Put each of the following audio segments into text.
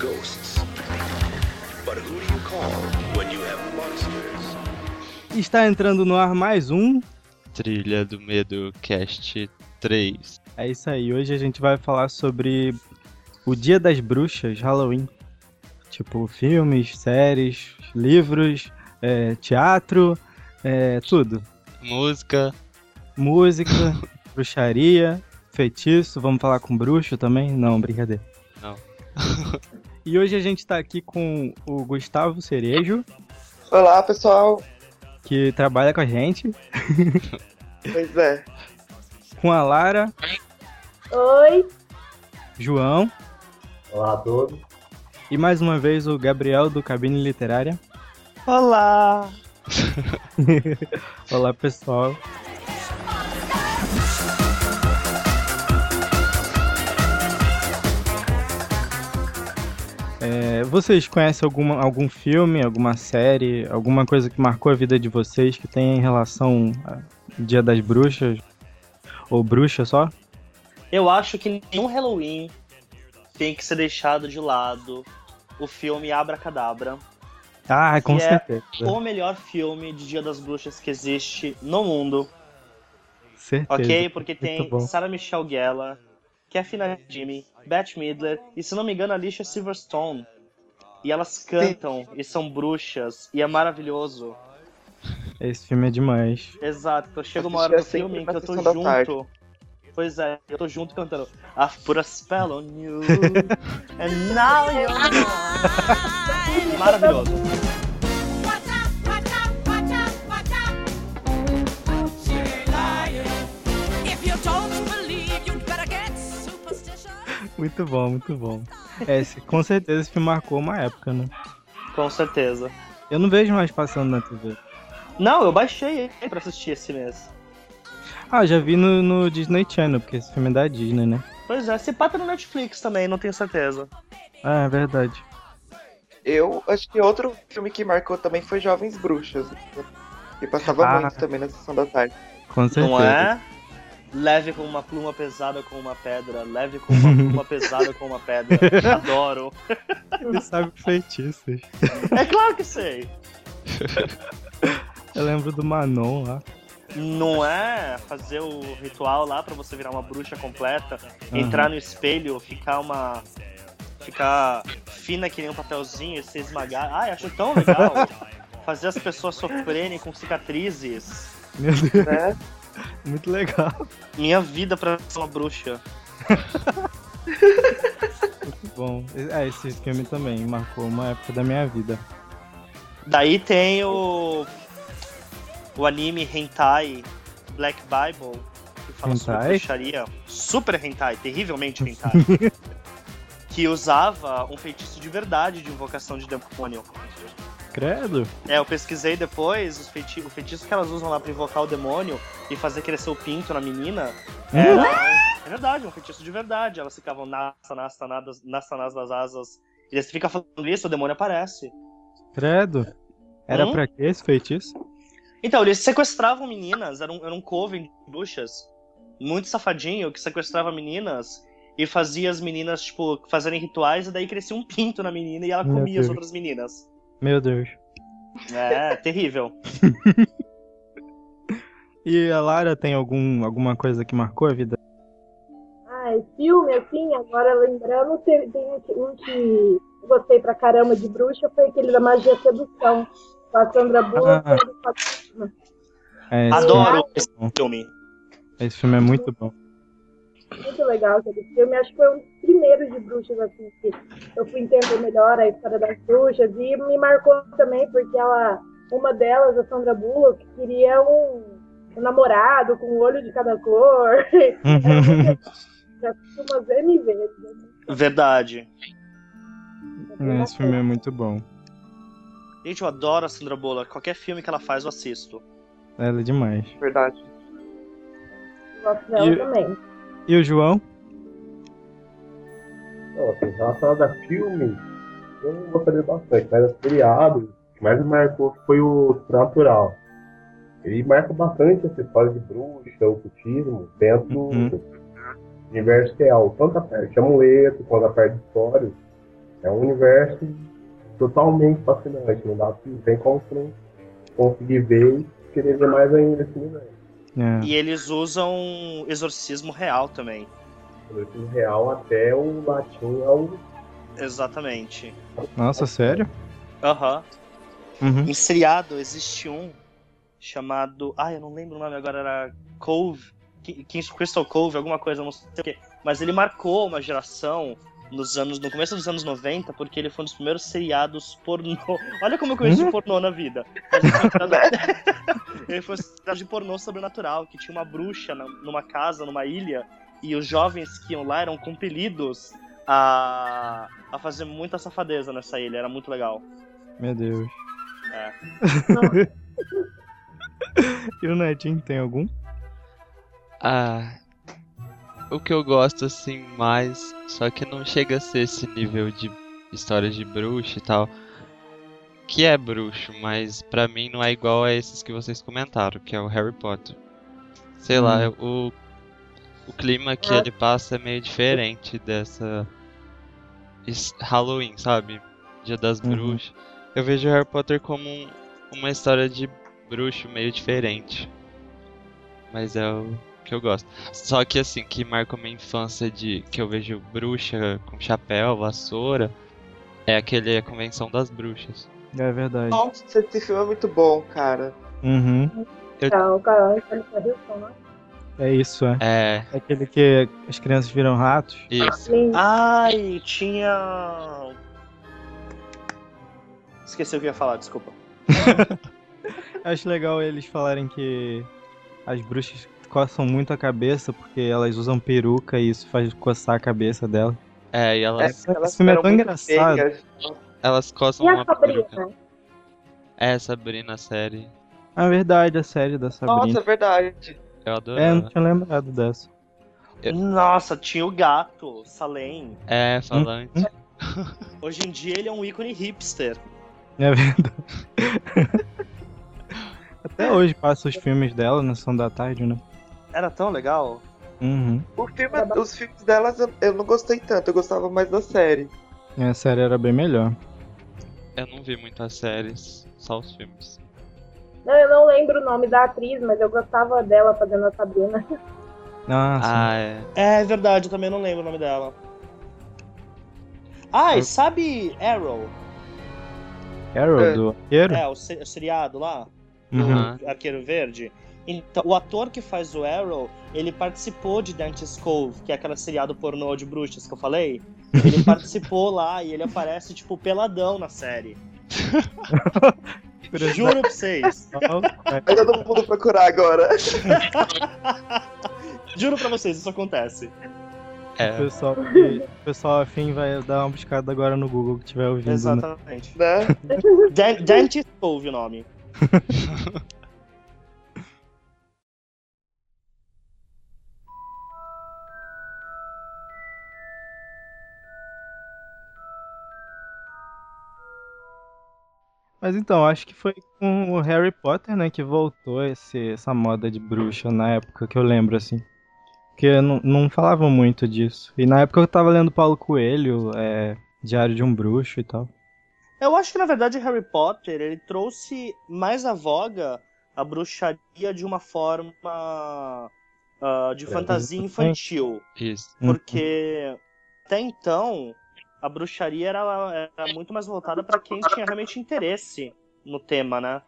ghosts. But who do you call when you have monsters? Está entrando no ar mais um. Trilha do Medo Cast 3. É isso aí. Hoje a gente vai falar sobre o Dia das Bruxas, Halloween. Tipo, filmes, séries, livros, é, teatro, é, tudo. Música. Música, bruxaria, feitiço. Vamos falar com bruxo também? Não, brincadeira. Não. e hoje a gente tá aqui com o Gustavo Cerejo, Olá, pessoal. que trabalha com a gente, Pois é. com a Lara, Oi, João Olá a todos. e mais uma vez o Gabriel do Cabine Literária. Olá. Olá, pessoal. É, vocês conhecem alguma, algum filme, alguma série, alguma coisa que marcou a vida de vocês que tem em relação ao Dia das Bruxas? Ou bruxa só? Eu acho que nenhum Halloween tem que ser deixado de lado o filme Abracadabra, Ah, com Yeah. certeza. é o melhor filme de Dia das Bruxas que existe no mundo, Certeza. ok? Porque tem Muito bom. Sarah Michelle Gellar, Kathy Jimmy, Beth Midler e, se não me engano, Alicia Silverstone. E elas cantam e são bruxas e é maravilhoso. Esse filme é demais. Exato, eu chego uma Assistir hora do é sempre filme em uma que eu tô sessão da tarde. junto. Pois é, eu tô junto cantando I've put a spell on you And now you're mine." Maravilhoso Muito bom, muito bom. É, Esse, com certeza esse filme marcou uma época, né? Com certeza Eu não vejo mais passando na TV. Não, eu baixei ele pra assistir esse mês Ah, já vi no, no Disney Channel, porque esse filme é da Disney, né? Pois é, esse pato no Netflix também, não tenho certeza Ah, é verdade. Eu acho que outro filme que marcou também foi Jovens Bruxas. E passava Ah. muito também na sessão da tarde. Com certeza. Não é? Leve com uma pluma pesada com uma pedra Leve com uma pluma pesada com uma pedra Adoro Ele sabe feitiços. É claro que sei Eu lembro do Manon lá. Não é fazer o ritual lá pra você virar uma bruxa completa, Aham. entrar no espelho, ficar uma. ficar fina que nem um papelzinho e se esmagar. Ai, acho tão legal. fazer as pessoas sofrerem com cicatrizes. Meu Deus, Né? muito legal. Minha vida pra ser uma bruxa. Muito bom. É, esse filme também marcou uma época da minha vida. Daí tem o. o anime Hentai Black Bible. Que fala sobre Hentai? bruxaria. Super hentai, terrivelmente hentai. que usava um feitiço de verdade de invocação de demônio. Credo? É, eu pesquisei depois os feiti o feitiço que elas usam lá pra invocar o demônio e fazer crescer o pinto na menina. Hum? Era, é verdade, um feitiço de verdade. Elas ficavam nasa, nasa, nada, nasa, nasa das asas. E eles ficam falando isso, o demônio aparece. Credo? Era Hum? pra que esse feitiço? Então, eles sequestravam meninas, era um, era um coven de bruxas, muito safadinho, que sequestrava meninas e fazia as meninas, tipo, fazerem rituais, e daí crescia um pinto na menina e ela Meu comia Deus. as outras meninas. Meu Deus. É, terrível. E a Lara tem algum, alguma coisa que marcou a vida? Ai, filme assim, agora lembrando, tem tem um que- um que gostei pra caramba de bruxa, foi aquele da magia e sedução, com a Sandra Bullock. Ah. e o Fatima. É, esse, Adoro esse filme. esse filme é muito bom. Muito legal aquele filme, acho que foi um dos primeiros de bruxas, assim, que eu fui entender melhor a história das bruxas, e me marcou também, porque ela, uma delas, a Sandra Bullock, queria um, um namorado com um olho de cada cor, já assisti umas M vezes, né? Verdade. É, esse filme é muito bom. Gente, eu adoro a Sandra Bullock. Qualquer filme que ela faz, eu assisto. Ela é demais. Verdade. Eu gosto dela E- também. E o João? Nossa, assim, em relação a filme, eu não vou saber bastante, mas o seriado que mais me marcou foi o Natural. Ele marca bastante essa história de bruxa, ocultismo, dentro Uhum. do universo real. Tanto a parte de amuleto, quanto a parte de história. É um universo totalmente fascinante. Não dá não tem como você não conseguir ver e querer ver mais ainda esse universo. É. E eles usam exorcismo real também. Do real até o latim ao Exatamente. Nossa, sério? Aham. Uhum. Em seriado existe um chamado. Ah, eu não lembro o nome agora, era Cove. Ki- Ki- Crystal Cove, alguma coisa, não sei o quê. Mas ele marcou uma geração nos anos, no começo dos anos 90, porque ele foi um dos primeiros seriados pornô. Olha como eu conheço pornô na vida. Mas ele foi um seriado- ele foi um seriado de pornô sobrenatural, que tinha uma bruxa na- numa casa, numa ilha, e os jovens que iam lá eram compelidos a, a fazer muita safadeza nessa ilha. Era muito legal. Meu Deus. É. e o Netinho tem algum? Ah. O que eu gosto assim mais, só que não chega a ser esse nível de histórias de bruxo e tal. Que é bruxo, mas pra mim não é igual a esses que vocês comentaram, que é o Harry Potter. Sei lá, o, o clima que Ah. ele passa é meio diferente dessa es- Halloween, sabe? Dia das Uhum. Bruxas. Eu vejo Harry Potter como um- uma história de bruxo meio diferente. Mas é o que eu gosto. Só que assim, que marca minha infância de que eu vejo bruxa com chapéu, vassoura, é aquele a convenção das bruxas. É verdade. Nossa, esse filme é muito bom, cara. Uhum. Tá, o Carol tá no Hilton, né? É isso, é. É, É aquele que as crianças viram ratos. isso. Lindo. Ai, tinha. Esqueci o que eu ia falar, desculpa. Acho legal eles falarem que as bruxas coçam muito a cabeça porque elas usam peruca e isso faz coçar a cabeça dela. É, e elas, Esse filme é eram tão muito engraçado. tá feias. elas coçam É. E a uma peruca. Sabrina? É, Sabrina, a série. Na É verdade, a série da Sabrina. Nossa, é verdade. Eu é, eu não adorava. tinha lembrado dessa. Eu- Nossa, tinha o gato, Salem. É, Uhum. falante. Hoje em dia ele é um ícone hipster. É verdade. Até hoje passa os filmes dela na Sessão da Tarde, né? Era tão legal. Uhum. O filme, os filmes delas eu- eu não gostei tanto, eu gostava mais da série. E A série era bem melhor. Eu não vi muitas séries, só os filmes. Não, eu não lembro o nome da atriz, mas eu gostava dela fazendo a Sabrina. Nossa. Ah, é. É verdade, eu também não lembro o nome dela. Ai, sabe Arrow? Arrow, É. do arqueiro? É, o, se- o seriado lá? Uhum. Aham. do Arqueiro Verde. Então, o ator que faz o Arrow, ele participou de Dante's Cove, que é aquela seriado pornô de bruxas que eu falei. Ele participou lá e ele aparece, tipo, peladão na série. Juro pra vocês. Vai todo mundo procurar agora. Juro pra vocês, isso acontece. O É, pessoal, que- o pessoal afim vai dar uma buscada agora no Google que tiver ouvindo. né? Exatamente. Né? Dan Dante's Cove o nome. Mas então, acho que foi com o Harry Potter, né, que voltou esse, essa moda de bruxa na época que eu lembro, assim. Porque não, não falavam muito disso. E na época eu tava lendo Paulo Coelho, é, Diário de um Bruxo e tal. Eu acho que, na verdade, Harry Potter, ele trouxe mais à voga a bruxaria de uma forma ah, de É, fantasia infantil. isso. Uhum. porque até então a bruxaria era, era muito mais voltada para quem tinha realmente interesse no tema, né?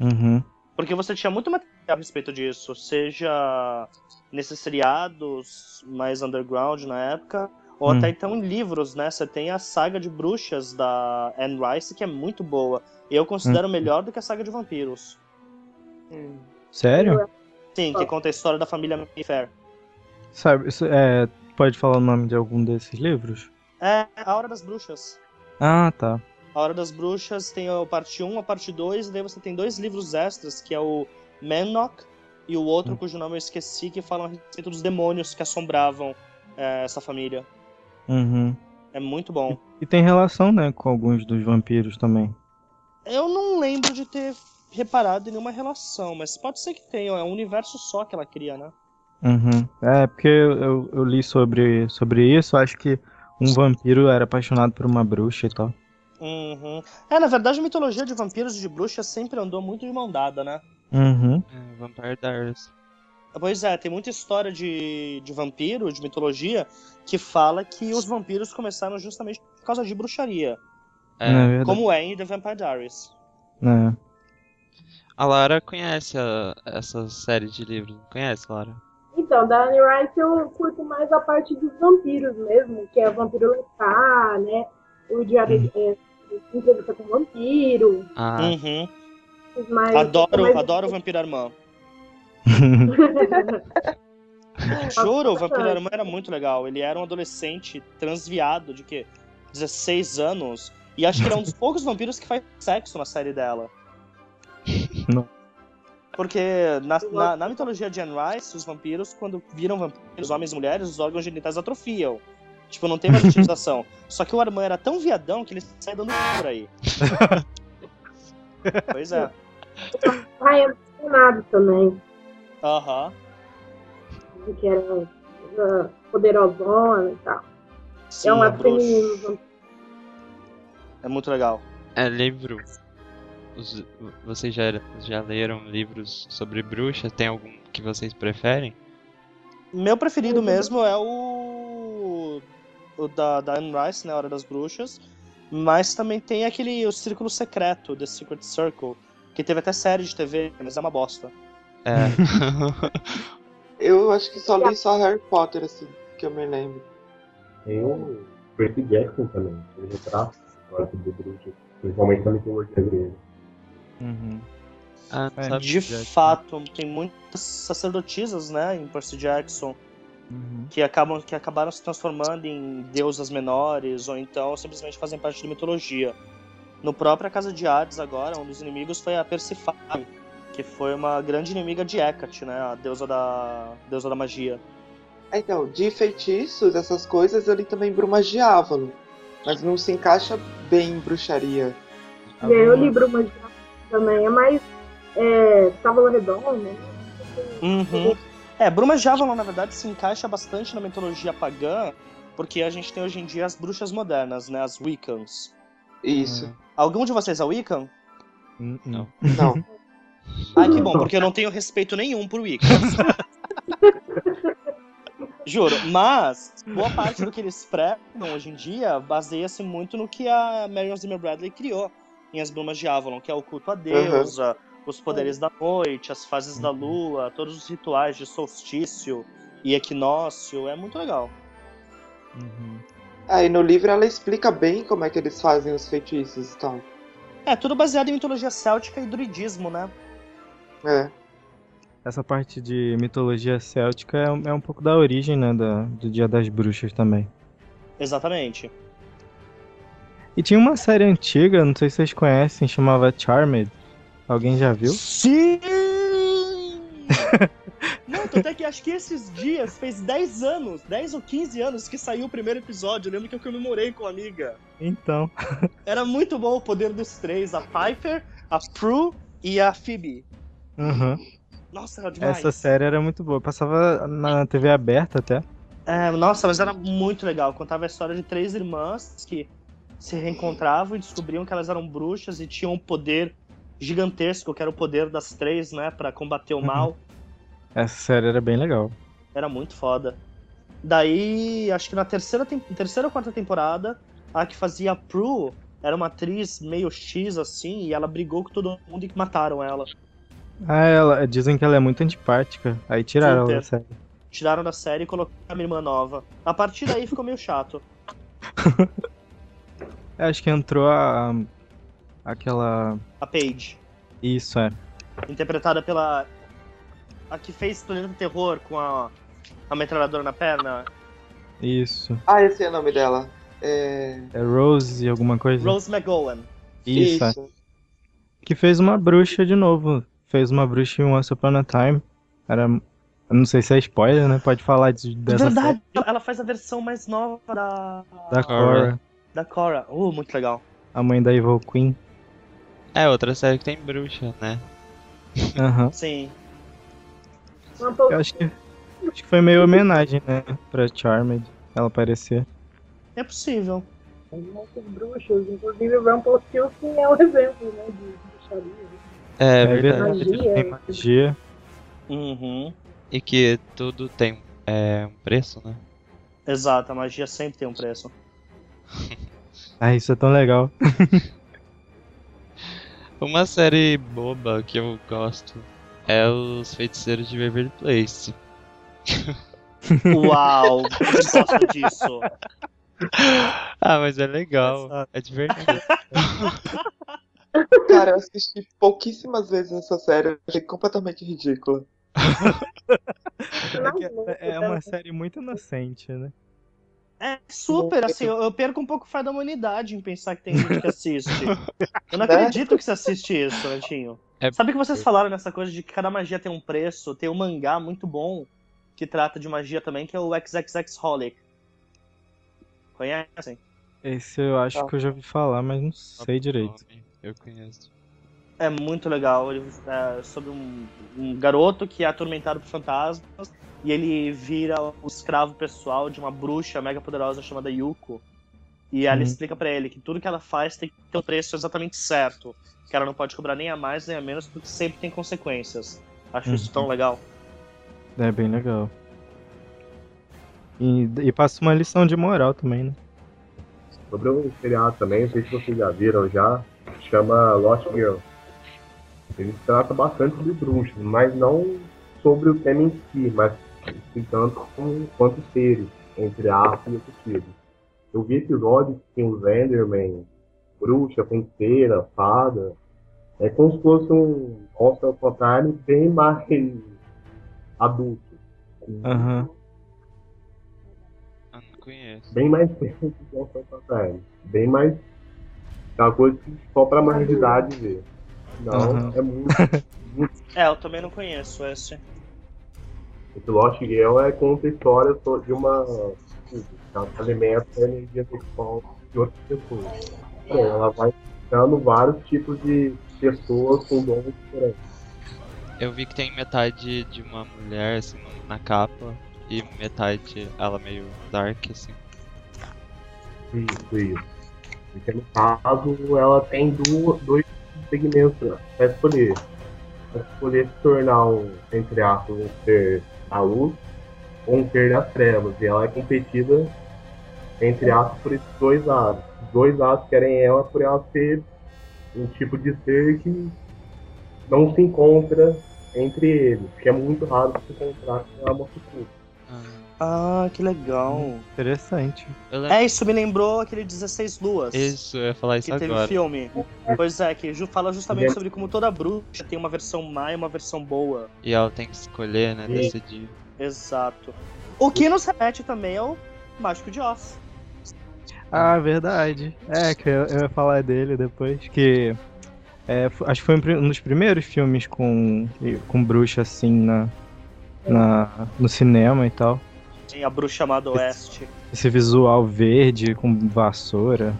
Uhum. Porque você tinha muito material a respeito disso, seja nesses seriados mais underground na época, ou Hum. até então em livros, né? Você tem a saga de bruxas da Anne Rice, que é muito boa. Eu considero melhor do que a saga de vampiros. Hum. Sério? Sim, que conta a história da família Mayfair. Sabe, isso- é, pode falar o nome de algum desses livros? É a Hora das Bruxas. Ah, tá. A Hora das Bruxas tem a parte 1, a parte 2, e daí você tem dois livros extras, que é o Menok e o outro Hum. cujo nome eu esqueci, que falam a respeito dos demônios que assombravam eh, essa família. Uhum. É muito bom. E tem relação, né, com alguns dos vampiros também. Eu não lembro de ter reparado em nenhuma relação, mas pode ser que tenha, é um universo só que ela cria, né? Uhum. É, porque eu, eu li sobre, sobre isso, acho que um vampiro era apaixonado por uma bruxa e tal. Uhum. É, na verdade, a mitologia de vampiros e de bruxas sempre andou muito de mão dada, né? Uhum. É, Vampire Diaries. Pois é, tem muita história de, de vampiro, de mitologia, que fala que os vampiros começaram justamente por causa de bruxaria. É, Na verdade. Como é em The Vampire Diaries. É. A Lara conhece a- essa série de livros, não conhece, Lara? Então, da Anne Rice eu curto mais a parte dos vampiros mesmo, que é o vampiro letar, né? O diário de é, entrevista com o vampiro, Ah, Uhum. os mais. Adoro, mais- adoro o Vampiro Irmã. Juro, o Vampiro Irmã era muito legal. Ele era um adolescente transviado de que 16 anos. E acho que ele é um dos poucos vampiros que faz sexo na série dela. Não. Porque na, na, na mitologia de Anne Rice, os vampiros, quando viram vampiros, homens e mulheres, os órgãos genitais atrofiam. Tipo, não tem mais utilização. Só que o Arman era tão viadão que ele sai dando por aí. pois é. Ah, é mencionado também, Aham. que era uh, poderosona e tal. Sim, é um a lado bruxa. feminino. do vampiro. É muito legal. é livro. Os- vocês já, já leram livros sobre bruxa? Tem algum que vocês preferem? Meu preferido mesmo é o. O da, da Anne Rice, né? Hora das Bruxas. Mas também tem aquele. O Círculo Secreto, The Secret Circle. Que teve até série de TV, mas é uma bosta. É. Eu acho que só li só Harry Potter, assim, que eu me lembro. Tem o Percy Jackson também, ele retrata a história de bruxas, principalmente na mitologia grega. Uhum. ah, não É, sabe? De Jackson. fato, tem muitas sacerdotisas, né? Em Percy Jackson. Uhum. Que, acabam, que acabaram se transformando em deusas menores. Ou então simplesmente fazem parte da mitologia. No próprio A Casa de Hades, agora, um dos inimigos foi a Persifale, que foi uma grande inimiga de Hecate, né? A deusa da, deusa da magia. Ah, Então, de feitiços, essas coisas, eu li também Bruma Giávalo. Mas não se encaixa bem em bruxaria. E aí eu li Bruma de Neve também, é mais. É, Távola Redonda, né? Uhum. É, Bruma Javalon, na verdade, se encaixa bastante na mitologia pagã, porque a gente tem hoje em dia as bruxas modernas, né? As Wiccans. Isso. Algum de vocês é Wiccan? Uhum. Não. Não. Ai, que bom, porque eu não tenho respeito nenhum por Wiccans. Juro, mas boa parte do que eles pregam hoje em dia baseia-se muito no que a Marion Zimmer Bradley criou em As Brumas de Avalon, que é o culto à deusa, os poderes da noite, as fases da lua, todos os rituais de solstício e equinócio. É muito legal. Uhum. Aí no livro ela explica bem como é que eles fazem os feitiços, então. É, tudo baseado em mitologia céltica e druidismo, né? É. Essa parte de mitologia céltica é, um- é um pouco da origem, né, da- do Dia das Bruxas também. Exatamente. E tinha uma série antiga, não sei se vocês conhecem, chamava Charmed. Alguém já viu? Sim! Não, tanto é que acho que esses dias fez 10 anos, 10 ou 15 anos que saiu o primeiro episódio. Eu lembro que eu comemorei com a amiga. Então. Era muito bom o poder dos três, a Piper, a Prue e a Phoebe. Uhum. Nossa, era demais. Essa série era muito boa. Passava na TV aberta até. É, nossa, mas era muito legal. Contava a história de três irmãs que se reencontravam e descobriam que elas eram bruxas e tinham um poder gigantesco, que era o poder das três, né, Pra combater Uhum. o mal. Essa série era bem legal. Era muito foda. Daí, acho que na terceira, tem- terceira ou quarta temporada, a que fazia a Prue era uma atriz meio X assim, e ela brigou com todo mundo e que mataram ela. Ah, ela, dizem que ela é muito antipática. Aí tiraram ela da série. Tiraram da série e colocaram a minha irmã nova. A partir daí ficou meio chato. Eu É, acho que entrou a. a- aquela. A Paige. Isso, é. interpretada pela. A que fez Planeta Terror com a, a metralhadora na perna. Isso. Ah, esse é o nome dela. É... É Rose, alguma coisa? Rose McGowan. Isso, é. Que fez uma bruxa de novo. Fez uma bruxa em Once Upon a Time. Era. eu Não sei se é spoiler, né? Pode falar de, dessa Verdade, ela faz a versão mais nova da. série da Cora, Da Cora. Uh, muito legal. a mãe da Evil Queen. É, outra série que tem bruxa, né? Aham. Sim. Uma pouco Eu acho que, acho que foi meio homenagem, né? Pra Charmed, ela aparecer. É possível. muitos bruxos, inclusive o Rumpelstiltskin é um exemplo, né, de bruxaria. É, É verdade. verdade. Magia. Tem magia. Uhum. E que tudo tem é, um preço, né? Exato, a magia sempre tem um preço. Ah, isso é tão legal. Uma série boba que eu gosto é Os Feiticeiros de Beverly Place. Uau, eu gosto disso. Ah, mas é legal. É divertido. Cara, eu assisti pouquíssimas vezes essa série, eu achei completamente ridícula. Mas, né, É uma série muito inocente, né? É super, assim, eu, eu perco um pouco o fé da humanidade em pensar que tem gente que assiste. Eu não Né? acredito que você assiste isso, Netinho. É- Sabe que vocês falaram nessa coisa de que cada magia tem um preço? Tem um mangá muito bom que trata de magia também, que é o XXX Holic. Conhecem? Esse eu acho que eu já ouvi falar, mas não sei direito. Eu conheço. É muito legal. Ele é sobre um, um garoto que é atormentado por fantasmas e ele vira o escravo pessoal de uma bruxa mega poderosa chamada Yuko. E ela Uhum. explica pra ele que tudo que ela faz tem que ter um preço exatamente certo. Que ela não pode cobrar nem a mais nem a menos, porque sempre tem consequências. Acho isso Uhum. tão legal. É bem legal. E, e passa uma lição de moral também, né? Sobre um seriado também, não sei se vocês já viram já, chama Lost Girl. Ele trata bastante de bruxos, mas não sobre o tema em si, mas explicando como- quanto seres, entre aspas e ocultismo. Eu vi episódios que tinha os Enderman, bruxa, feiticeira, fada. É como se fosse um Monster of Time bem mais adulto. Uhum. Aham. Eu não conheço. bem mais tempo que o Alpha Time. Bem mais. É uma coisa que só pra mais de idade ver. Não, Aham. é muito. É, eu também não conheço esse. Esse Lost Girl é conta a história só de uma. tipo, Ela alimenta a energia sexual de outras pessoas. Bom, ela vai criando vários tipos de pessoas com dons diferentes. Eu vi que tem metade de uma mulher, assim, na capa. E metade ela meio dark, assim. Isso, isso. Porque no caso ela tem duas, dois segmentos né, pra escolher. Pra escolher se tornar um, entre aspas, um ser da luz ou um ser das trevas. E ela é competida, entre aspas, por esses dois lados. Os dois lados querem ela por ela ser um tipo de ser que não se encontra entre eles, que é muito raro se encontrar com a Motsuku. Ah, Ah, que Uhum. legal. Interessante. eu lembro. É, isso me lembrou aquele 16 Luas. Isso, eu ia falar isso que teve um agora. filme. Pois é, que ju- fala justamente sobre como toda bruxa tem uma versão má e uma versão boa. E ela tem que escolher, né? Sim. Decidir. Exato. O que nos remete também ao Mágico de Oz. Ah, verdade. É, que eu, eu ia falar dele depois, que é, f- acho que foi um pri- um dos primeiros filmes com, com bruxa, assim, na, na- no cinema e tal. Tem a bruxa chamada Oeste. Esse visual verde com vassoura.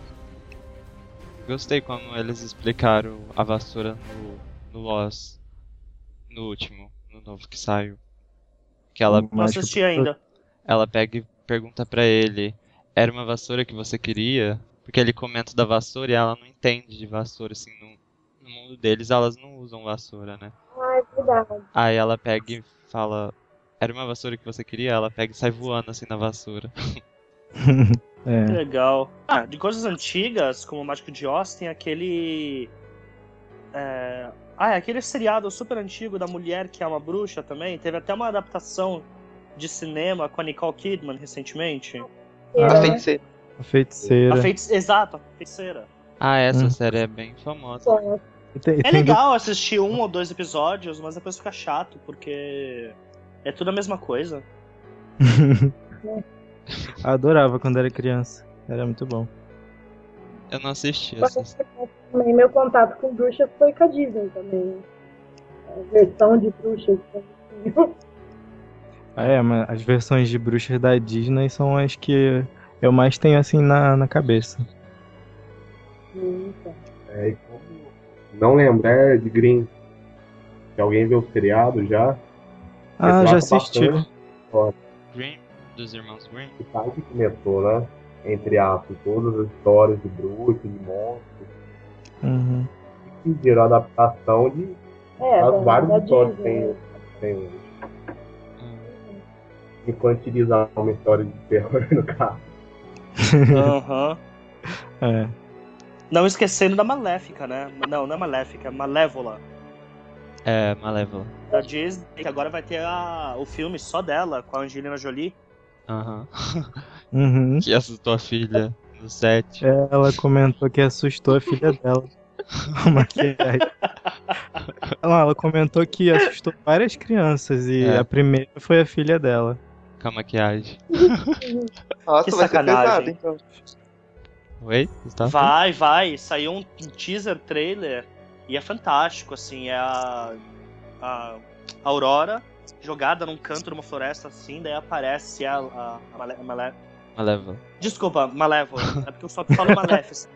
Gostei como eles explicaram a vassoura no, no Lost. No último, no novo que saiu. Que ela, Hum. Não Mágico assisti de Oz. ainda. ela pega e pergunta pra ele: Era uma vassoura que você queria? Porque ele comenta da vassoura e ela não entende de vassoura, assim. No, no mundo deles, elas não usam vassoura, né? Ah, é verdade. Aí ela pega e fala: Era uma vassoura que você queria? Ela pega e sai voando assim na vassoura. Que É. legal. Ah, de coisas antigas, como o Mágico de Oz, tem aquele. é, Ah, é aquele seriado super antigo da mulher que é uma bruxa também. Teve até uma adaptação de cinema com a Nicole Kidman recentemente. Ah, É. A Era, né? feiticeira. A A feiticeira. feiti... Exato, a feiticeira. Ah, essa Hum. série é bem famosa. Bom, E tem- e É tem do- legal assistir um ou dois episódios, mas depois fica chato, porque é tudo a mesma coisa. Adorava quando era criança. Era muito bom. Eu não assisti assim, essa também meu contato com bruxas foi com a Disney também. A versão de bruxas. né? Ah, É, mas as versões de bruxas da Disney são as que eu mais tenho assim na, na cabeça. Então, É, e como não lembrar de Green? Se alguém viu o seriado já, Ah, Exato, já assisti. bastante. Green, dos irmãos Green. O pai que começou, tá né? entre aspas, todas as histórias de bruxo, de monstro, Uhum. que gerou a adaptação de É, As da- várias da histórias Disney, tem, né? tem hoje. Infantilizar uma história de terror no carro. Aham. É. Não esquecendo da Maléfica, né? Não, não é Maléfica, é Malévola. É, Malévola. Da Disney, que agora vai ter a- o filme só dela, com a Angelina Jolie. Aham. Uhum. Que assustou a filha no set. É, Ela comentou que assustou a filha dela. com maquiagem. Não, ela comentou que assustou várias crianças e É. a primeira foi a filha dela. Com a maquiagem. Nossa, Que vai ser pesado, sacanagem. então. Oi? Você tava falando? Vai, vai. Saiu um teaser trailer e é fantástico, assim. É a, a Aurora jogada num canto numa floresta assim, daí aparece a, a, a Malé- a Malé- Malévola. Desculpa, Malévola. É porque eu só falo Maléfica.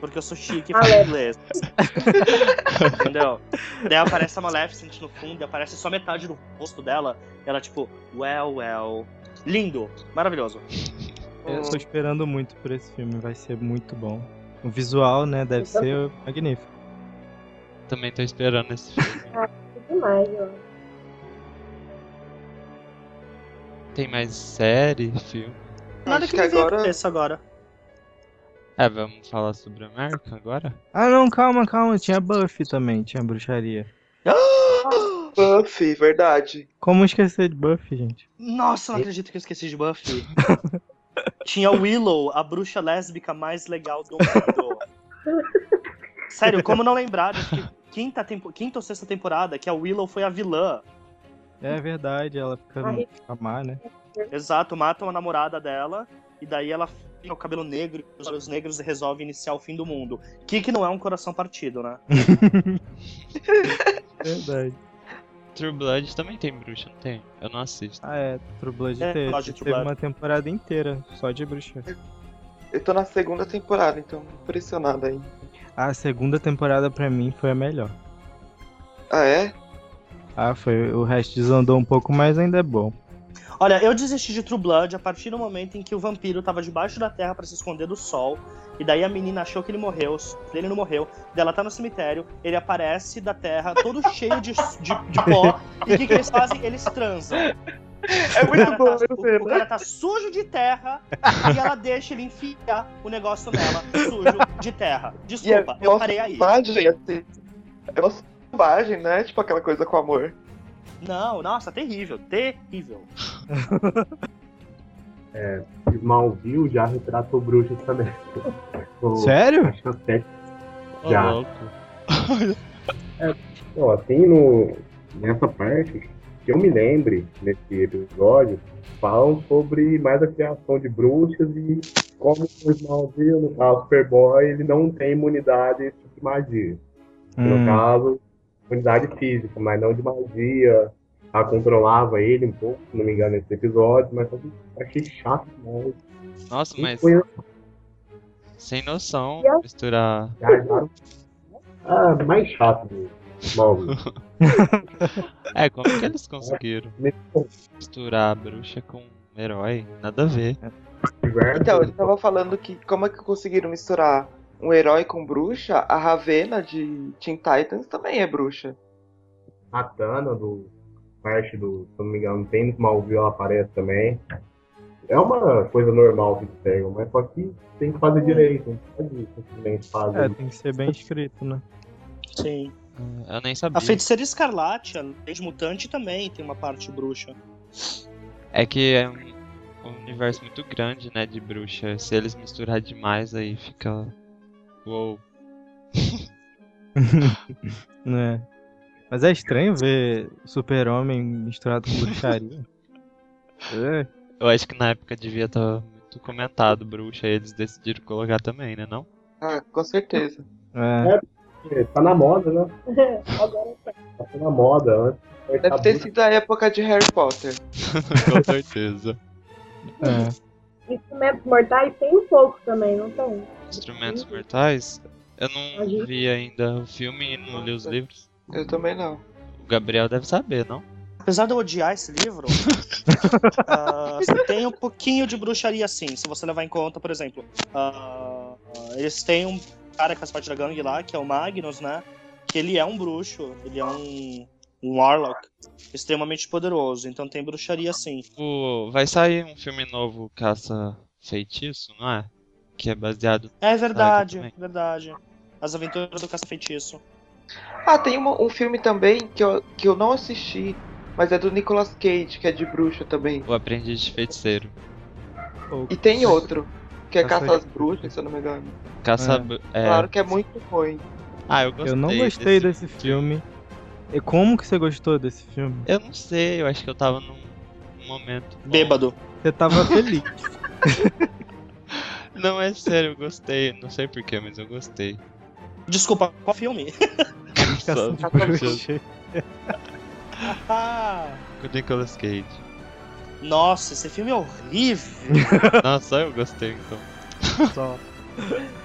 Porque eu sou chique e falo Maléfica. inglês. Entendeu? Daí aparece a Maleficent no fundo, e aparece só metade do rosto dela. E ela, tipo, well, well. Lindo, maravilhoso. É. Eu tô esperando muito por esse filme, vai ser muito bom. O visual, né, deve ser magnífico. Também tô esperando esse filme. Demais, ó. Tem mais série, filme? Nada Acho que, que me venha à agora- cabeça agora. É, vamos falar sobre American agora? Ah, não, calma, calma, tinha Buffy também, tinha bruxaria. Hum, Buffy, verdade. Como esquecer de Buffy, gente? Nossa, não acredito que eu esqueci de Buffy. Tinha Willow, a bruxa lésbica mais legal do mundo. Sério, como não lembrar? Acho que Quinta, tempo- quinta ou sexta temporada, que a Willow foi a vilã. É verdade, ela fica Ai. amar, né? Exato, matam a namorada dela, e daí ela fica o cabelo negro, os olhos negros e resolve iniciar o fim do mundo. Que que não é um coração partido, né? É Verdade. True Blood também tem bruxa, não tem? Eu não assisto. Ah, é, True Blood É, teve, gosto de True teve Blood. uma temporada inteira só de bruxa. Eu tô na segunda temporada, então impressionado aí. A segunda temporada pra mim foi a melhor. Ah, é? Ah, foi, o resto desandou um pouco, mas ainda é bom. Olha, eu desisti de True Blood a partir do momento em que o vampiro tava debaixo da terra pra se esconder do sol. E daí a menina achou que ele morreu, ele não morreu. Daí ela tá no cemitério, ele aparece da terra todo cheio de, de, de pó. E o que, que eles fazem? Eles transam. É muito cara bom, tá- eu o, sei, o né? cara tá sujo de terra e ela deixa ele enfiar o negócio nela, sujo de terra. E é Desculpa, eu mó parei aí. Selvagem, assim. É uma selvagem, né? Tipo aquela coisa com amor. Não, nossa, terrível, terrível. Smallville já retratou bruxas também. O- Sério? Acho que a série- Ô, Já. louco. Ó, tem no, nessa parte, que eu me lembre, nesse episódio, falam sobre mais a criação de bruxas e como o Smallville, no caso Superboy, ele não tem imunidade a esse tipo de magia. No Hum, caso, unidade física, mas não de magia. Ela controlava ele um pouco, se não me engano, nesse episódio, mas eu achei chato demais. Nossa, Não mas foi eu. sem noção Yeah. misturar Ah, Ah, mais chato mesmo. Smallville. É, como que eles conseguiram misturar a bruxa com um herói? Nada a ver. Diversos- Então, ele tava falando que como é que conseguiram misturar um herói com bruxa? A Ravena de Teen Titans também é bruxa. Katana do parte do, se eu não me engano, tem no Smallville, ela aparece também. É uma coisa normal que eles pegam, mas só que tem que fazer direito, não pode simplesmente é, fazer. tem que ser bem escrito, né? Sim. Ah, Eu nem sabia. A feiticeira escarlate, a lei de mutante também tem uma parte bruxa. É que é um, um universo muito grande, né, de bruxa. Se eles misturar demais, aí fica. Uou. né? Mas é estranho ver super-homem misturado com bruxaria. é. Eu acho que na época devia estar muito comentado bruxa, e eles decidiram colocar também, né? Não? Ah, com certeza. é. É, Tá na moda, né? Agora Tá na moda. Antes, Deve ter sido a época de Harry Potter. com certeza. É. instrumentos mortais tem um pouco também, não tem? Instrumentos mortais? Eu A não gente- vi ainda o filme e não li os livros. Eu também não. O Gabriel deve saber, não? Apesar de eu odiar esse livro, ah, tem um pouquinho de bruxaria sim. Se você levar em conta, por exemplo, ah, eles têm um cara que faz parte da gangue lá, que é o Magnus, né? Que ele é um bruxo, ele é um, um Warlock extremamente poderoso. Então tem bruxaria sim. O... Vai sair um filme novo, Caça Feitiço, não é? Que é baseado. É verdade, também. verdade. As aventuras do caça-feitiço. Ah, tem uma- um filme também que eu, que eu não assisti, mas é do Nicolas Cage, que é de bruxa também. O Aprendiz de Feiticeiro. E tem outro, que é Caça- Caça às Bruxas, se eu não me engano. Caça. É. bru- É. Claro que é muito ruim. Ah, eu gostei. Eu não gostei desse, filme. E como que você gostou desse filme? Eu não sei, eu acho que eu tava num num momento. bom. Bêbado. Você tava feliz. Não, é sério, eu gostei. Não sei porquê, mas eu gostei. Desculpa, qual filme? Caça de Só- bruxas. Ah, Com o Nicolas Cage. Nossa, esse filme é horrível. Não, só eu gostei então. Só.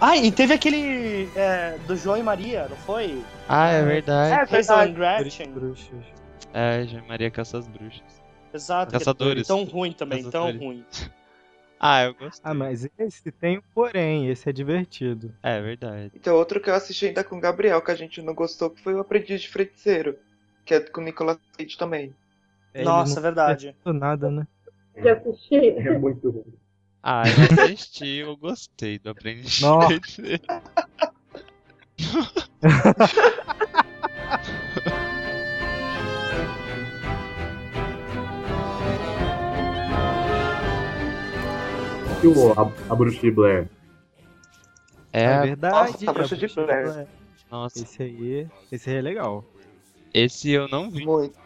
Ah, e teve aquele é, do João e Maria, não foi? Ah, é verdade. Hansel and Caça de Gretchen. Bruxas. É, João e Maria Caça as Bruxas. Exato. Caçadores. Tão ruim também, tão Caçadores. ruim. Ah, eu gostei. Ah, mas esse tem um porém, esse é divertido. É verdade. E tem outro que eu assisti ainda com o Gabriel, que a gente não gostou, que foi o Aprendiz de Feiticeiro, que é com o Nicolas Cage também. Ele Nossa, não é verdade. fez nada, né? de assistir. É muito ruim. Ah, eu assisti, eu gostei do Aprendiz Nossa. de Feiticeiro. E o, a, a bruxa de Blair? É, verdade. Nossa, tá Bruxa de Blair. nossa. Esse aí, esse aí é legal. Esse eu não vi. Muito.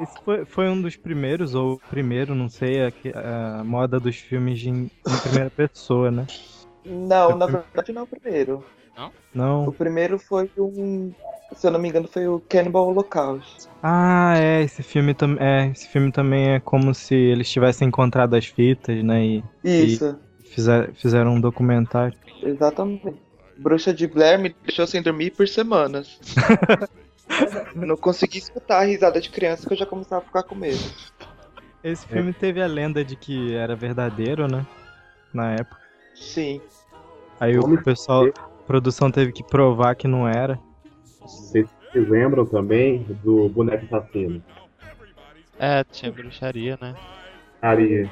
Esse foi, foi um dos primeiros, ou o primeiro, não sei, a, que- a moda dos filmes de, em em primeira pessoa, né? Não, na verdade não é o primeiro. O Não. primeiro foi um. Se eu não me engano, foi o Cannibal Holocaust. Ah, é, esse filme também. É, esse filme também é como se eles tivessem encontrado as fitas, né? E Isso, fizer- fizeram um documentário. exatamente. Bruxa de Blair me deixou sem dormir por semanas. não consegui escutar a risada de criança que eu já começava a ficar com medo. Esse É. filme teve a lenda de que era verdadeiro, né? Na época. Sim. Aí o Homem- pessoal, a produção teve que provar que não era. Vocês se lembram também do boneco assassino? É, tinha bruxaria, né? Caria.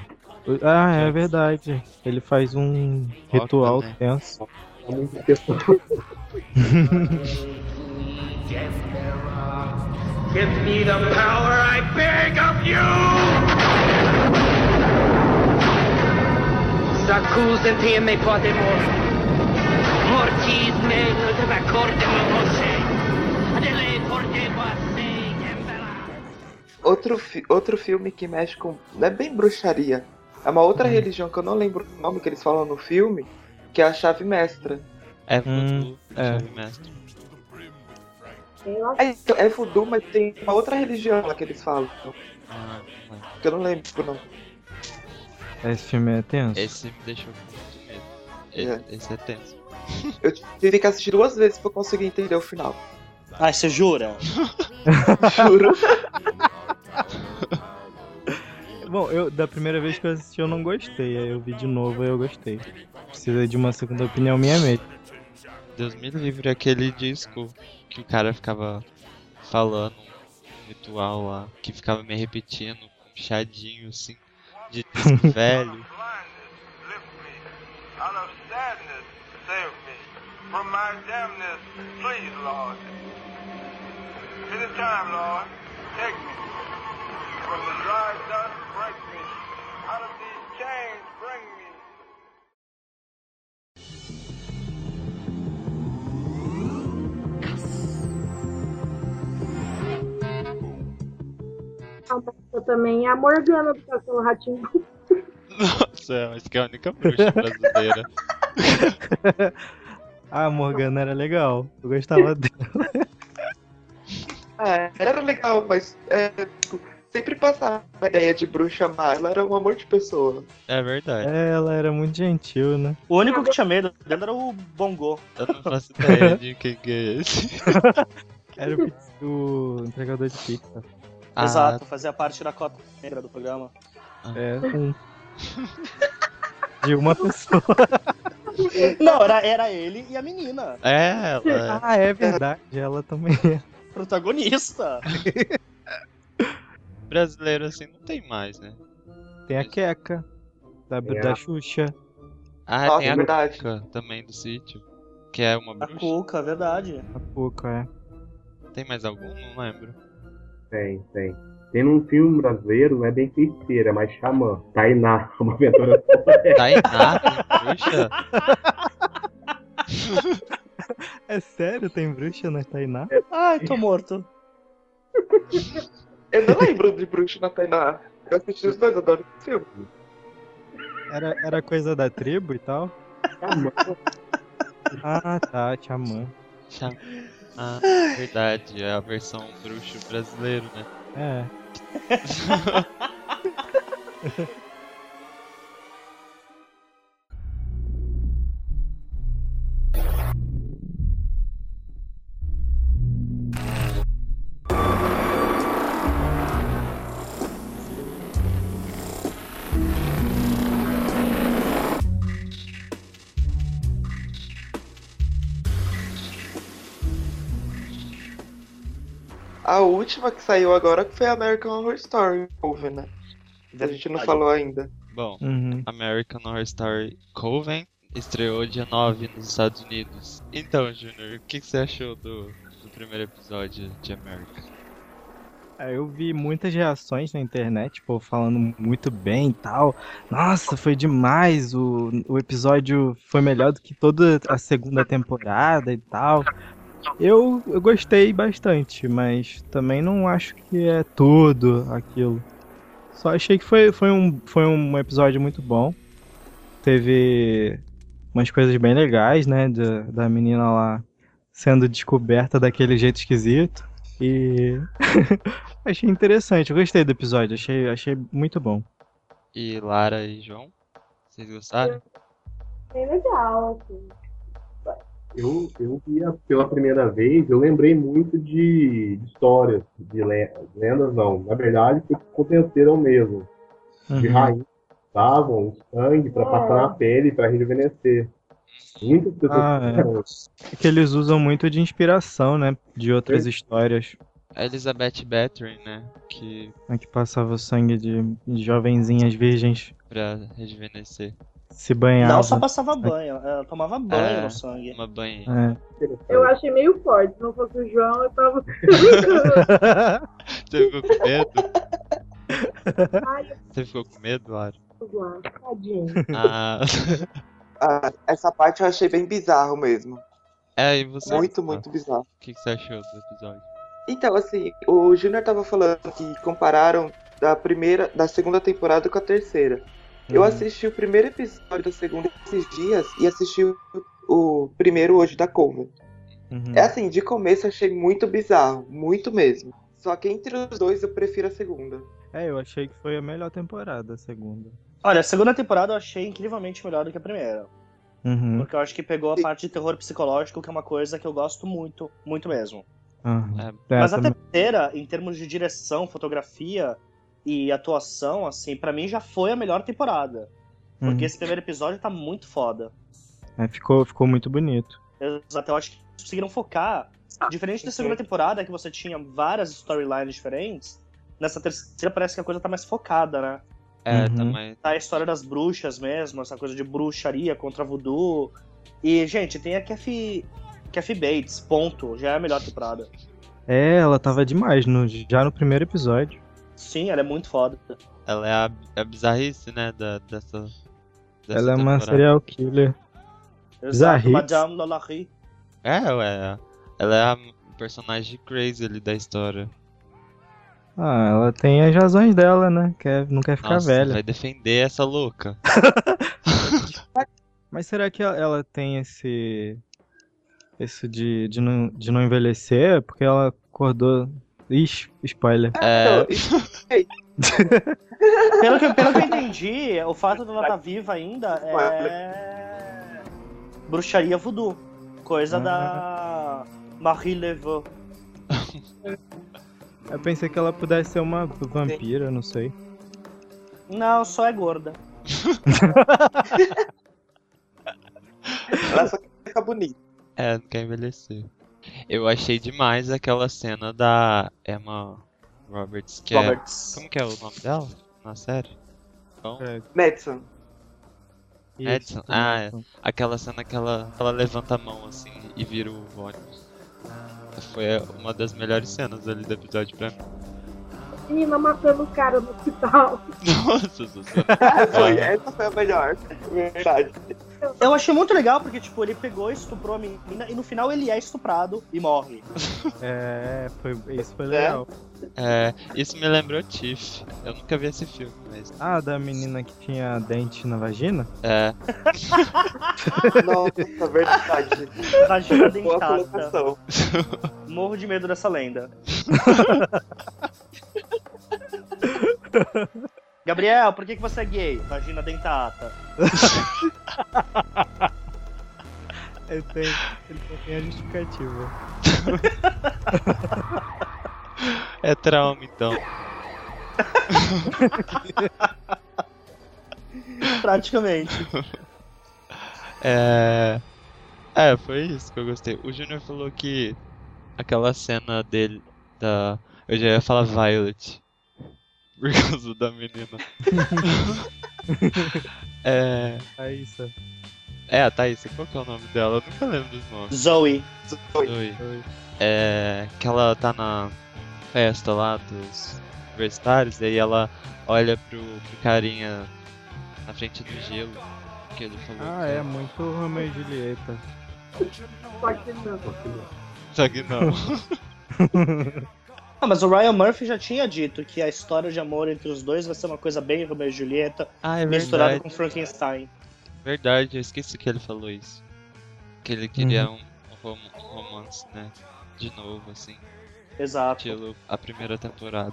O- Ah, é verdade. Ele faz um ritual né? tenso. Tá muito pessoal. Zakusenti me podemos. Mortis me de accordo voce. Adele porteva se gembela. Outro, fi- outro filme que mexe com. Não é bem bruxaria. É uma outra religião que eu não lembro o nome que eles falam no filme, que é a chave mestra. É Hum, Voodoo, é. Chave Mestre. Eu acho É, então, é voodoo, mas tem uma outra religião lá que eles falam, Ah, não lembro. que eu não lembro o nome. Esse filme é tenso. Esse me deixou com muito medo. E- É. Esse é tenso. Eu tive que assistir duas vezes pra conseguir entender o final. Ai, você jura? Juro. Bom, eu da primeira vez que eu assisti eu não gostei, aí eu vi de novo e eu gostei. Precisa de uma segunda opinião minha mesmo. Deus me livre aquele disco que o cara ficava falando, um ritual lá, que ficava me repetindo com um chadinho assim, de disco velho. que também é a Morgana do Castelo Ratinho. Nossa, acho que é a única bruxa brasileira. Ah, a Morgana era legal. Eu gostava dela. É, era legal, mas é, tipo, sempre passava a ideia de bruxa má. Ela era um amor de pessoa. É verdade. É, Ela era muito gentil, né? O único que tinha medo dela era o Bongo. Eu não faço ideia de quem que é esse. Era o, pizz- o entregador de pizza. Ah, Exato, fazia parte da cota negra do programa. É, um... De uma pessoa. Não, era, era ele e a menina, É, ela. Ah, é verdade, ela também é. protagonista. Brasileiro assim não tem mais, né? Tem a Queca, da, Tem da a- Xuxa. Ah, Nossa, tem a verdade. Cuca também do sítio. Que é uma A bruxa. Cuca, verdade. A pouco, é. Tem mais algum? Não lembro. Tem, tem. Tem num filme brasileiro, não é bem feiticeira, mas xamã. Tainá, uma aventura. Tainá, Tá Ah, tem bruxa? É sério, tem bruxa na Tainá? Ai, tô morto. Eu não lembro de Bruxo na Tainá. Eu assisti os dois, eu adoro esse filme. Era, era coisa da tribo e tal? Xamã. Ah, tá, Xamã. Chá- Ah, verdade. É a versão bruxo brasileiro, né? É. A última que saiu agora que foi American Horror Story, houve, né? A gente não falou ainda. Bom, Uhum. American Horror Story Coven estreou dia 9 nos Estados Unidos. Então, Junior, o que, que você achou do, do primeiro episódio de American? É, Eu vi muitas reações na internet, tipo, falando muito bem e tal. Nossa, foi demais. O, o episódio foi melhor do que toda a segunda temporada e tal. Eu, eu gostei bastante, mas também não acho que é tudo aquilo. Só achei que foi, foi, um, foi um episódio muito bom. Teve umas coisas bem legais, né? Da, da menina lá sendo descoberta daquele jeito esquisito. E Achei interessante, eu gostei do episódio, achei, achei muito bom. E Lara e João? Vocês gostaram? Bem legal, assim. Eu, eu via pela primeira vez, eu lembrei muito de histórias, de le- lendas não. Na verdade, que aconteceram mesmo. Uhum. De rainhas que usavam o sangue Ah, pra passar é. na pele, pra rejuvenescer. Muitas pessoas Ah, é. fizeram isso. É que eles usam muito de inspiração, né? De outras histórias. A Elizabeth Bathory, né? Que Né, que passava o sangue de, de jovenzinhas virgens pra rejuvenescer. se banhava. Não só passava banho, ela tomava banho É. no sangue. Uma banheira. É. Eu achei meio forte. Se não fosse o João, eu tava. Você ficou com medo? Ai, eu Você ficou com medo, Lara? tô zoando. Tadinho. Ah, Ah, essa parte eu achei bem bizarro mesmo. é, e você? Muito, Ah, muito bizarro. O que, que você achou do episódio? Então, assim, o Júnior tava falando que compararam da primeira, da segunda temporada com a terceira. Eu assisti o primeiro episódio da segunda esses dias e assisti o, o primeiro hoje da Coven. Uhum. É assim, de começo eu achei muito bizarro, muito mesmo. Só que entre os dois eu prefiro a segunda. É, eu achei que foi a melhor temporada, a segunda. Olha, a segunda temporada eu achei incrivelmente melhor do que a primeira. Uhum. Porque eu acho que pegou a parte de terror psicológico, que é uma coisa que eu gosto muito, muito mesmo. É, Aham. Mas a É, também- terceira, em termos de direção, fotografia e atuação, assim, pra mim já foi a melhor temporada. Uhum. Porque esse primeiro episódio tá muito foda. É, ficou, ficou muito bonito. Eles até eu acho que conseguiram focar. Diferente da segunda temporada, que você tinha várias storylines diferentes, nessa terceira parece que a coisa tá mais focada, né? É, Uhum. também. Tá a história das bruxas mesmo, essa coisa de bruxaria contra voodoo. E, gente, tem a Kathy, Kathy Bates, ponto. Já é a melhor temporada. É, ela tava demais no, já no primeiro episódio. Sim, ela é muito foda. Ela é a, a bizarrice, né? Da, dessa, dessa. ela é uma temporada. serial killer. Exato, Zaritz. Madame Lalaurie. É, ué. Ela é a personagem crazy ali da história. Ah, ela tem as razões dela, né? Quer, não quer ficar Nossa, velha. vai defender essa louca. Mas será que ela- ela tem esse. Isso de, de, não, de não envelhecer? É Porque ela acordou. Ixi, spoiler. Ah, É, Então, isso Pelo que, pelo que eu entendi, o fato dela estar viva ainda é. Bruxaria voodoo. Coisa da. Marie Leveux. Eu pensei que ela pudesse ser uma vampira, não sei. Não, só é gorda. Ela só quer ficar bonita. É, não quer envelhecer. Eu achei demais aquela cena da Emma Roberts, que é. Roberts. Como que é o nome dela? Na série? Bom, É, Madison. Edson. Ah, é. Aquela cena que ela, ela levanta a mão assim e vira o ônibus. Foi uma das melhores cenas ali do episódio pra mim. Menina matando o cara no hospital. Nossa, Susana. Ah, foi. Essa foi a melhor. Verdade. Eu achei muito legal porque, tipo, ele pegou, estuprou a menina e no final ele é estuprado e morre. É, foi, isso foi legal. É, isso me lembrou Tiff. Eu nunca vi esse filme, mas. Ah, da menina que tinha dente na vagina? É, Nossa, verdade. Vagina Boa dentada. colocação. Morro de medo dessa lenda. Gabriel, por que, que você é gay? Vagina dentata. Ele tem, ele tem É a justificativa. é trauma então. Praticamente. É. É, foi isso que eu gostei. O Junior falou que aquela cena dele da. Eu já ia falar Violet. Por causa da menina. é. Aí, isso. É, a Thaís, qual que é o nome dela? Eu nunca lembro dos nomes. Zoe. Foi. Oi. É. Que ela tá na festa lá dos universitários, e aí ela olha pro, pro carinha na frente do gelo. Que ele falou Ah, que- é muito Romeo e Julieta. Pode ser não. Só que não. Ah, mas o Ryan Murphy já tinha dito que a história de amor entre os dois vai ser uma coisa bem Romeo e Julieta, ah, é misturada verdade. com Frankenstein. Verdade, eu esqueci que ele falou isso. Que ele queria um, rom- um romance, né? De novo, assim, Exato. estilo a primeira temporada.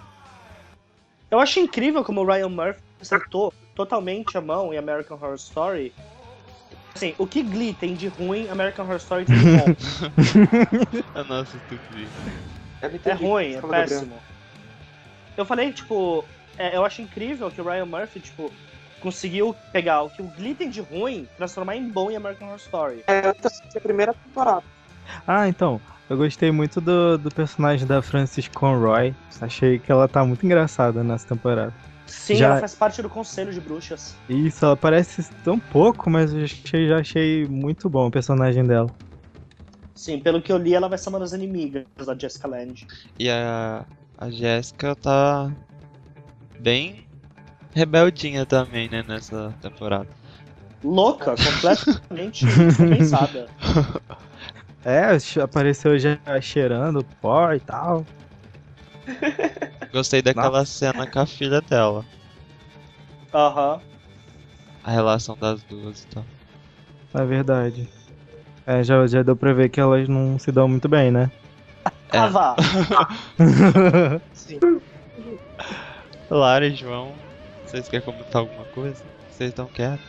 Eu acho incrível como o Ryan Murphy acertou totalmente a mão em American Horror Story. Assim, o que Glee tem de ruim, American Horror Story tem de bom. A Ah, nossa Tupi. Eu não É entendi. ruim, é Fala, Gabriel. péssimo. Eu falei, tipo, é, eu acho incrível que o Ryan Murphy, tipo, conseguiu pegar o que o Glee tem de ruim, transformar em bom em American Horror Story. É, eu tô assistindo a primeira temporada. Ah, então. Eu gostei muito do, do personagem da Frances Conroy. Achei que ela tá muito engraçada nessa temporada. Sim, Já- ela faz parte do Conselho de Bruxas. E Isso, ela parece tão pouco, mas eu achei- já achei muito bom o personagem dela. Sim, pelo que eu li, ela vai ser uma das inimigas da Jessica Lange. E a, a Jéssica tá bem rebeldinha também, né, nessa temporada. Louca, completamente descompensada. É, che- apareceu já cheirando pó e tal. Gostei daquela cena com a filha dela. Aham. A relação das duas e tal. Na verdade. É, já, já deu pra ver que elas não se dão muito bem, né? É. Ah, vá. Sim. Lara e João, vocês querem comentar alguma coisa? Vocês estão quietos?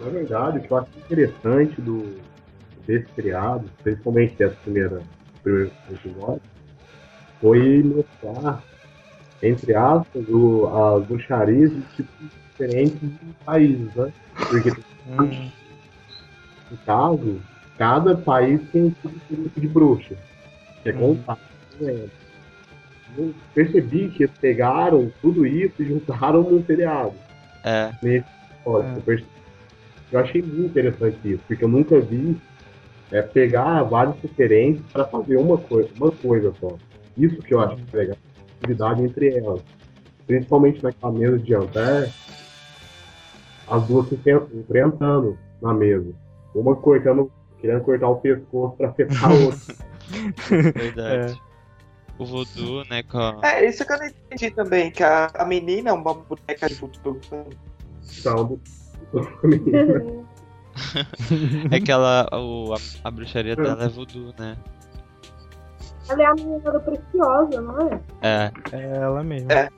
Na verdade, o que eu acho interessante do, desse criado, principalmente dessa primeira, primeiro episódio, foi mostrar, entre aspas, o, as bruxarias de tipos diferentes de países, né? Porque, Hum, no caso, cada país tem um tipo de grupo de bruxa, que é Uhum. contato. né? Eu percebi que eles pegaram tudo isso e juntaram num seriado. É, Olha, É. eu, perce- eu achei muito interessante isso, porque eu nunca vi é, pegar vários referentes para fazer uma coisa, uma coisa só. Isso que eu acho legal, a atividade entre elas. Principalmente naquela mesa de jantar, as duas se enfren- enfrentando na mesa. Uma cortando, querendo cortar o pescoço para afetar a outra. verdade. O voodoo, né, com a... É, isso que eu não entendi também, que a, a menina é uma boneca de futebol. Então, menina, É que ela, o, a, a bruxaria dela é voodoo, né? Ela é a menina do Preciosa, não é? É, é ela mesma. É.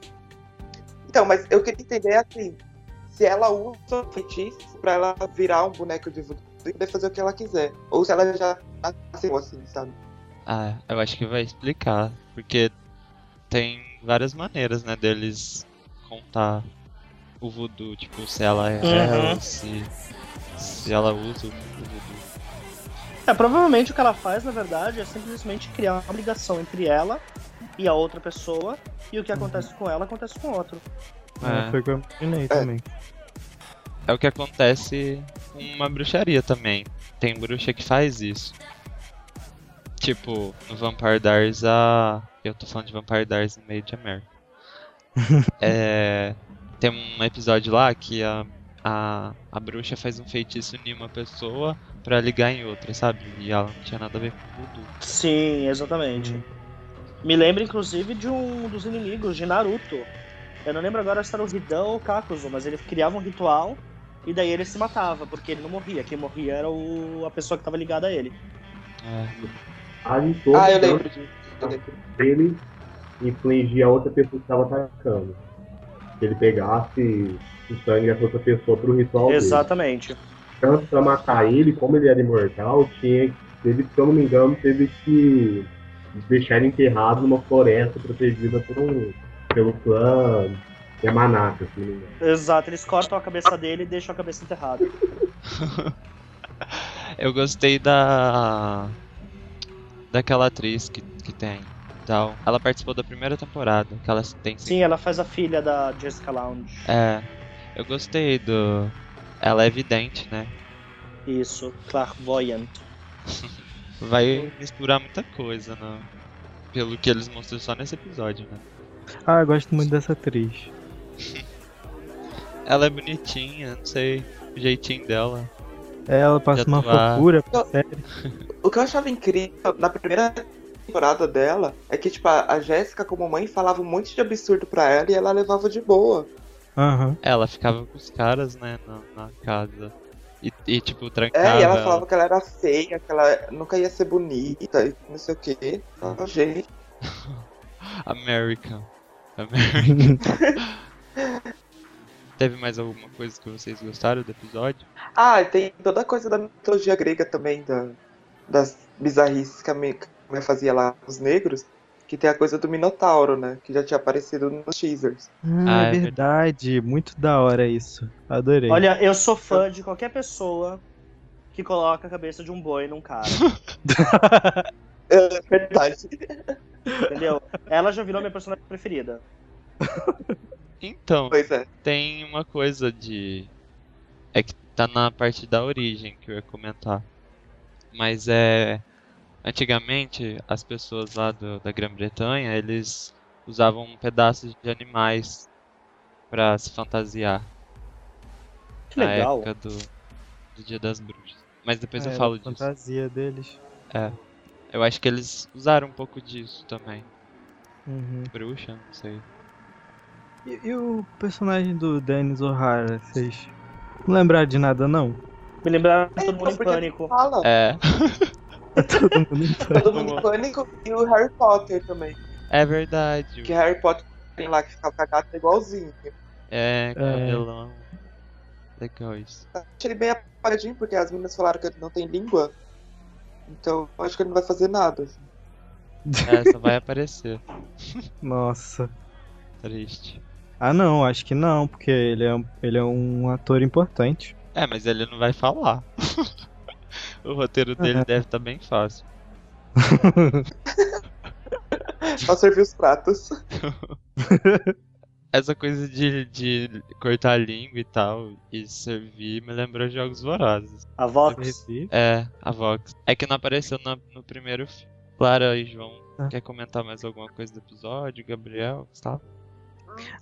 Então, mas eu queria entender assim, se ela usa o feitiço pra ela virar um boneco de voodoo e poder fazer o que ela quiser. Ou se ela já nasceu assim, sabe? ah, eu acho que vai explicar, porque tem várias maneiras, né, deles contar o voodoo, tipo, se ela é Uhum. ela, se, se ela usa o voodoo. É, provavelmente o que ela faz, na verdade, é simplesmente criar uma ligação entre ela e a outra pessoa, e o que acontece com ela acontece com o outro. É, Foi o que eu imaginei também. É o que acontece com uma bruxaria também. Tem bruxa que faz isso. Tipo, no Vampire Diaries, a... Eu tô falando de Vampire Diaries no meio de América. é... Tem um episódio lá que a, a, a bruxa faz um feitiço em uma pessoa pra ligar em outra, sabe? E ela não tinha nada a ver com o voodoo. Sim, exatamente. Me lembra, inclusive, de um dos inimigos de Naruto. Eu não lembro agora se era o Hidan ou o Kakuzu, mas ele criava um ritual e daí ele se matava, porque ele não morria. Quem morria era o... a pessoa que tava ligada a ele. É. Ali todos Ah, eu os lembro disso. Eu lembro. dele infligir a outra pessoa que estava atacando. Que ele pegasse o sangue dessa outra pessoa pro ritual dele. Exatamente. Tanto pra matar ele, como ele era imortal, tinha teve, se eu não me engano, teve que deixar ele enterrado numa floresta protegida por um- pelo clã Yamanaka, se não me engano. Exato, eles cortam a cabeça dele e deixam a cabeça enterrada. Eu gostei da... Daquela atriz que, que tem. Tal. Ela participou da primeira temporada, que ela tem cinco Sim, ela faz a filha da Jessica Lounge. É, eu gostei do. Ela é evidente, né? Isso, clairvoyant. Vai misturar muita coisa, né? Pelo que eles mostram só nesse episódio, né? Ah, eu gosto muito dessa atriz. Ela é bonitinha, não sei, o jeitinho dela. É, Ela passa Já uma tô lá. fofura É, Eu- pra série. O que eu achava incrível na primeira temporada dela é que, tipo, a a Jéssica, como mãe, falava um monte de absurdo pra ela e ela levava de boa. Aham. Ela ficava com os caras, né, na, na casa. E, e, tipo, É, trancava. e ela falava que ela era feia, que ela nunca ia ser bonita e não sei o quê. Ah, gente. American. American. Teve mais alguma coisa que vocês gostaram do episódio? Ah, e tem toda a coisa da mitologia grega também, da- das bizarrices que a minha, que a minha fazia lá com os negros, que tem a coisa do Minotauro, né? Que já tinha aparecido nos teasers. Ah, Ah, é é verdade. Muito da hora isso. Adorei. Olha, eu sou fã de qualquer pessoa que coloca a cabeça de um boi num cara. É verdade. entendeu? Ela já virou minha personagem preferida. Então, Pois é. tem uma coisa de. É que tá na parte da origem que eu ia comentar. Mas é. Antigamente, as pessoas lá do- da Grã-Bretanha, eles usavam pedaços de animais pra se fantasiar Que na legal. época do, do Dia das Bruxas. Mas depois É, eu falo disso. fantasia deles. Eu acho que eles usaram um pouco disso também. Uhum. Bruxa, não sei. E, e o personagem do Dennis O'Hara, vocês não lembraram de nada, não? Me lembraram de todo mundo Então, em por que pânico. Fala. É, Todo mundo em pânico. Todo mundo em pânico e o Harry Potter também. é verdade. Que Harry Potter tem lá que ficava cagado é igualzinho. É, cabelão. Legal isso. Achei ele bem apagadinho, porque as meninas falaram que ele não tem língua. Então eu acho que ele não vai fazer nada. assim. É, só vai aparecer. Nossa. Triste. Ah, não, acho que não, porque ele é, um- ele é um ator importante. É, mas ele não vai falar. o roteiro Uhum. dele deve estar bem fácil. Só servir os pratos. Essa coisa de, de cortar a língua e tal, e servir, me lembrou Jogos Vorazes. A Vox. Recife. É, a Vox. É que não apareceu na- no primeiro filme. Clara e João, quer comentar mais alguma coisa do episódio? Gabriel, tá? Gustavo?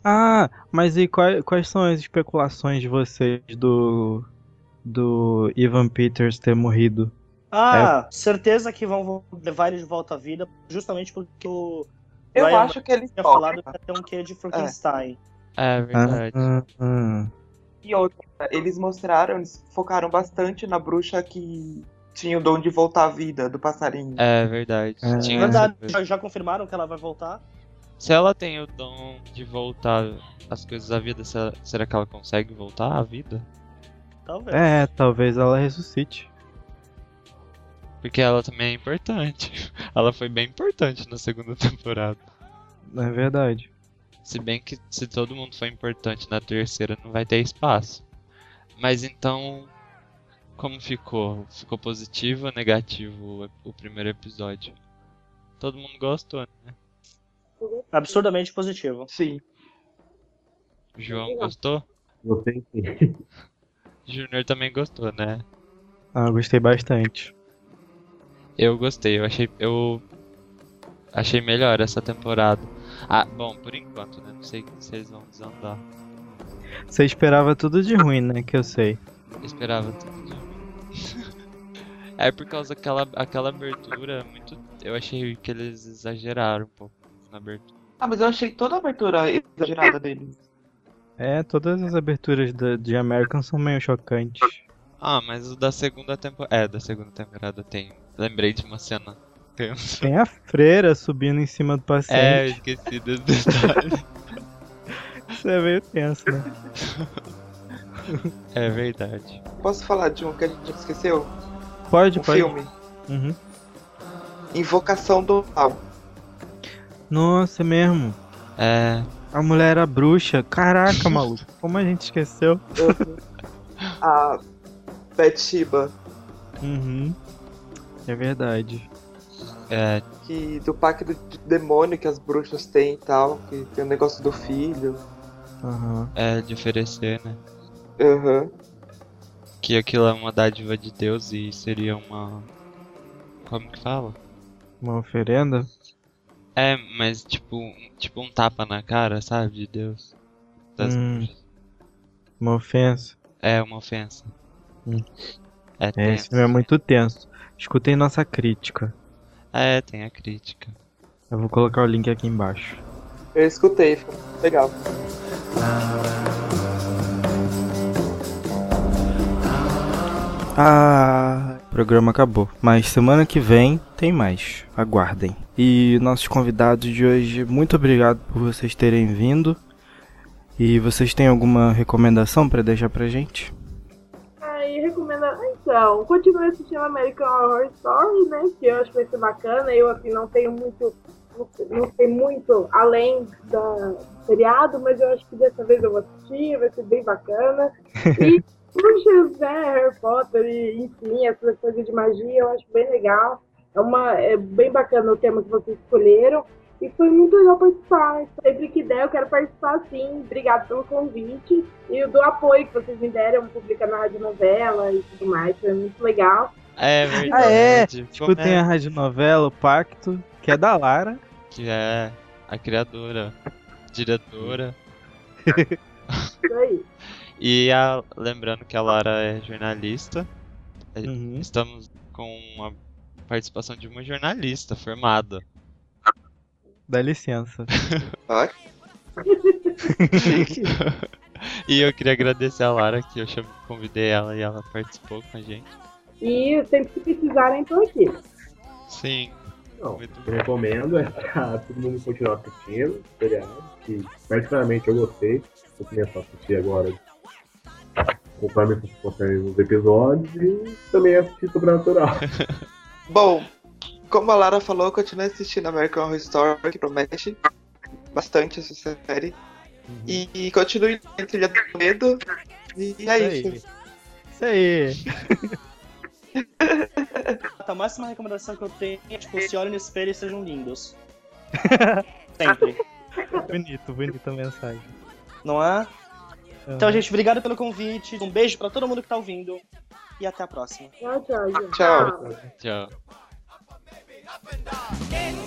Ah, mas e quais, quais são as especulações de vocês do. do Ivan Peters ter morrido? Ah, certeza que vão levar ele de volta à vida, justamente porque o Eu Ryan acho que ele tinha toca. falado que ia ter um quê de Frankenstein. É Ah, verdade. ah, ah. E outra, eles mostraram, eles focaram bastante na bruxa que tinha o dom de voltar à vida do passarinho. É verdade. É. Tinha essa Verdade, coisa. já, já confirmaram que ela vai voltar? Se ela tem o dom de voltar as coisas à vida, será- será que ela consegue voltar à vida? Talvez. É, talvez ela ressuscite. Porque ela também é importante. Ela foi bem importante na segunda temporada. É verdade. Se bem que se todo mundo for importante na terceira, não vai ter espaço. Mas então, como ficou? Ficou positivo ou negativo o- o primeiro episódio? Todo mundo gostou, né? Absurdamente positivo. Sim. João gostou? Gostei sim. Júnior também gostou, né? Ah, eu gostei bastante. Eu gostei, eu achei. Eu achei melhor essa temporada. Ah, bom, por enquanto, né? Não sei se eles vão desandar. Você esperava tudo de ruim, né? Que eu sei. Eu esperava tudo de mim. É por causa daquela aquela abertura muito. Eu achei que eles exageraram um pouco na abertura. Ah, mas eu achei toda a abertura exagerada dele. É, todas as aberturas da- de American são meio chocantes. Ah, mas o da segunda temporada. É, da segunda temporada tem. Lembrei de uma cena. Tem um- Tem a freira subindo em cima do É, eu paciente. esqueci desse detalhe. Isso é meio tenso, né? É verdade. Posso falar de um que a gente esqueceu? Pode, Um pode. filme. Uhum. Invocação do Mal. Nossa, é mesmo. É. A mulher era bruxa. Caraca, maluco. Como a gente esqueceu? A Betiba, Uhum. É verdade. É. que do pacto de demônio que as bruxas têm e tal, que tem o negócio do filho. Aham. É de oferecer, né? Aham. Que aquilo é uma dádiva de Deus e seria uma. Como que fala? Uma oferenda? É, mas tipo, um- tipo um tapa na cara, sabe? De Deus. Das Hum. bruxas. Uma ofensa? É uma ofensa. Hum. É, É, tenso. esse filme é muito tenso. Escutei nossa crítica. É, tem a crítica. Eu vou colocar o link aqui embaixo. Eu escutei, ficou muito legal. Ah, o programa acabou. Mas semana que vem tem mais. Aguardem. E nossos convidados de hoje, muito obrigado por vocês terem vindo. E vocês têm alguma recomendação pra deixar pra gente? Aí recomenda. Então, continue assistindo American Horror Story, né? Que eu acho que vai ser bacana. Eu assim não tenho muito. Não sei- não sei muito além da do seriado, mas eu acho que dessa vez eu vou assistir, vai ser bem bacana. E puxa, né, Harry Potter e enfim, essa coisa de magia, eu acho bem legal. É, uma, é bem bacana o tema que vocês escolheram. E foi muito legal participar. Sempre que der, eu quero participar sim. Obrigado pelo convite e do apoio que vocês me deram, publicando a Rádio Novela e tudo mais, foi muito legal. É verdade. Ah, Tipo, Como Escutem é Tipo, a rádio novela O Pacto, que é da Lara. que é a criadora, diretora. Isso aí. E a, lembrando que a Lara é jornalista. Uhum. Estamos com a participação de uma jornalista formada. Dá licença. Ah, e eu queria agradecer a Lara que eu cham- convidei ela e ela participou com a gente. E sempre que precisarem, tô aqui. Sim, Não, muito eu bom. recomendo é pra todo mundo continuar assistindo, seriado, que particularmente eu gostei. Vou começar a assistir agora conforme vocês postarem os episódios e também assistir Sobrenatural. Bom, como a Lara falou, continue assistindo American Horror Story, que promete bastante essa série. E, e continue lendo Trilha do Medo. E é isso. Isso aí. A máxima recomendação que eu tenho é, tipo, se olhem no espelho e sejam lindos. Sempre. Bonito, bonita mensagem. Não é? Então, Aham. gente, obrigado pelo convite. Um beijo pra todo mundo que tá ouvindo. E até a próxima. Tchau, tchau, gente. Tchau. Tchau. Up and down, in